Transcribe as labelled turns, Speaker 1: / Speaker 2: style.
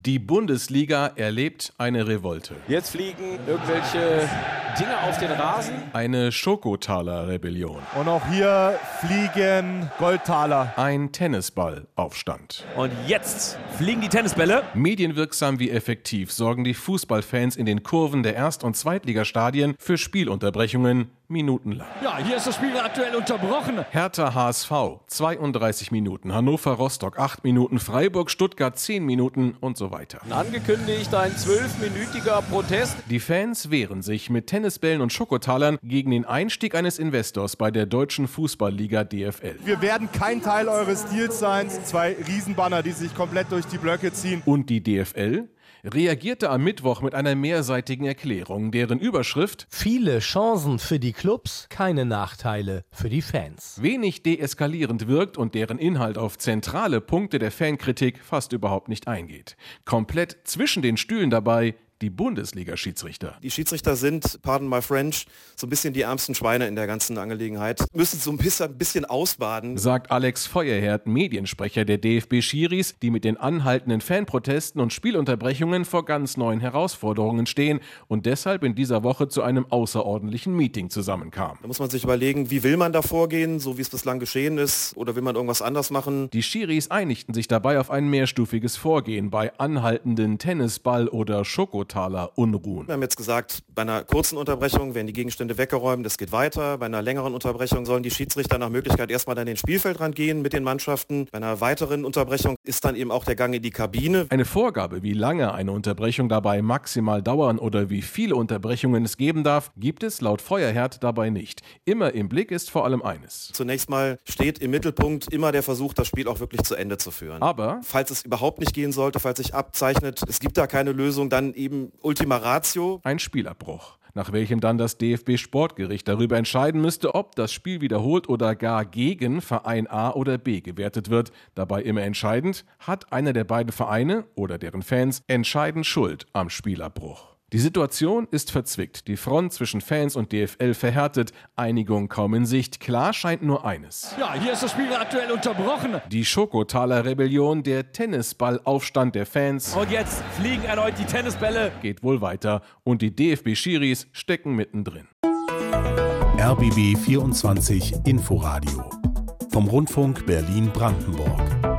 Speaker 1: Die Bundesliga erlebt eine Revolte.
Speaker 2: Jetzt fliegen irgendwelche Dinge auf den Rasen.
Speaker 1: Eine Schokotaler-Rebellion.
Speaker 3: Und auch hier fliegen Goldtaler.
Speaker 1: Ein Tennisballaufstand.
Speaker 4: Und jetzt fliegen die Tennisbälle.
Speaker 1: Medienwirksam wie effektiv sorgen die Fußballfans in den Kurven der Erst- und Zweitligastadien für Spielunterbrechungen minutenlang.
Speaker 5: Ja, hier ist das Spiel aktuell unterbrochen.
Speaker 1: Hertha HSV 32 Minuten, Hannover Rostock 8 Minuten, Freiburg Stuttgart 10 Minuten und so weiter.
Speaker 2: Angekündigt ein zwölfminütiger Protest.
Speaker 1: Die Fans wehren sich mit Tennisbällen und Schokotalern gegen den Einstieg eines Investors bei der deutschen Fußballliga DFL.
Speaker 3: Wir werden kein Teil eures Deals sein. Zwei Riesenbanner, die sich komplett durch die Blöcke ziehen.
Speaker 1: Und die DFL? reagierte am Mittwoch mit einer mehrseitigen Erklärung, deren Überschrift
Speaker 6: Viele Chancen für die Clubs, keine Nachteile für die Fans.
Speaker 1: wenig deeskalierend wirkt und deren Inhalt auf zentrale Punkte der Fankritik fast überhaupt nicht eingeht. Komplett zwischen den Stühlen dabei die Bundesliga-Schiedsrichter.
Speaker 7: Die Schiedsrichter sind, pardon my French, so ein bisschen die ärmsten Schweine in der ganzen Angelegenheit. Müssen so ein bisschen, ein bisschen ausbaden.
Speaker 1: Sagt Alex Feuerherd, Mediensprecher der DFB-Schiris, die mit den anhaltenden Fanprotesten und Spielunterbrechungen vor ganz neuen Herausforderungen stehen und deshalb in dieser Woche zu einem außerordentlichen Meeting zusammenkam.
Speaker 7: Da muss man sich überlegen, wie will man da vorgehen, so wie es bislang geschehen ist, oder will man irgendwas anders machen.
Speaker 1: Die Schiris einigten sich dabei auf ein mehrstufiges Vorgehen bei anhaltenden Tennisball- oder Schokotaler-Unruhen.
Speaker 7: Wir haben jetzt gesagt, bei einer kurzen Unterbrechung werden die Gegenstände weggeräumt, das geht weiter. Bei einer längeren Unterbrechung sollen die Schiedsrichter nach Möglichkeit erstmal an den Spielfeldrand gehen mit den Mannschaften. Bei einer weiteren Unterbrechung ist dann eben auch der Gang in die Kabine.
Speaker 1: Eine Vorgabe, wie lange eine Unterbrechung dabei maximal dauern oder wie viele Unterbrechungen es geben darf, gibt es laut Feuerherd dabei nicht. Immer im Blick ist vor allem eines.
Speaker 7: Zunächst mal steht im Mittelpunkt immer der Versuch, das Spiel auch wirklich zu Ende zu führen.
Speaker 1: Aber
Speaker 7: falls es überhaupt nicht gehen sollte, falls sich abzeichnet, es gibt da keine Lösung, dann eben Ultima Ratio.
Speaker 1: ein Spielabbruch, nach welchem dann das DFB-Sportgericht darüber entscheiden müsste, ob das Spiel wiederholt oder gar gegen Verein A oder B gewertet wird. Dabei immer entscheidend, hat einer der beiden Vereine oder deren Fans entscheidend Schuld am Spielabbruch. Die Situation ist verzwickt, die Front zwischen Fans und DFL verhärtet, Einigung kaum in Sicht. Klar scheint nur eines.
Speaker 5: Ja, hier ist das Spiel aktuell unterbrochen.
Speaker 1: Die Schokotaler Rebellion, der Tennisballaufstand der Fans
Speaker 4: Und jetzt fliegen erneut die Tennisbälle.
Speaker 1: geht wohl weiter und die DFB-Schiris stecken mittendrin.
Speaker 8: RBB 24 Inforadio vom Rundfunk Berlin-Brandenburg.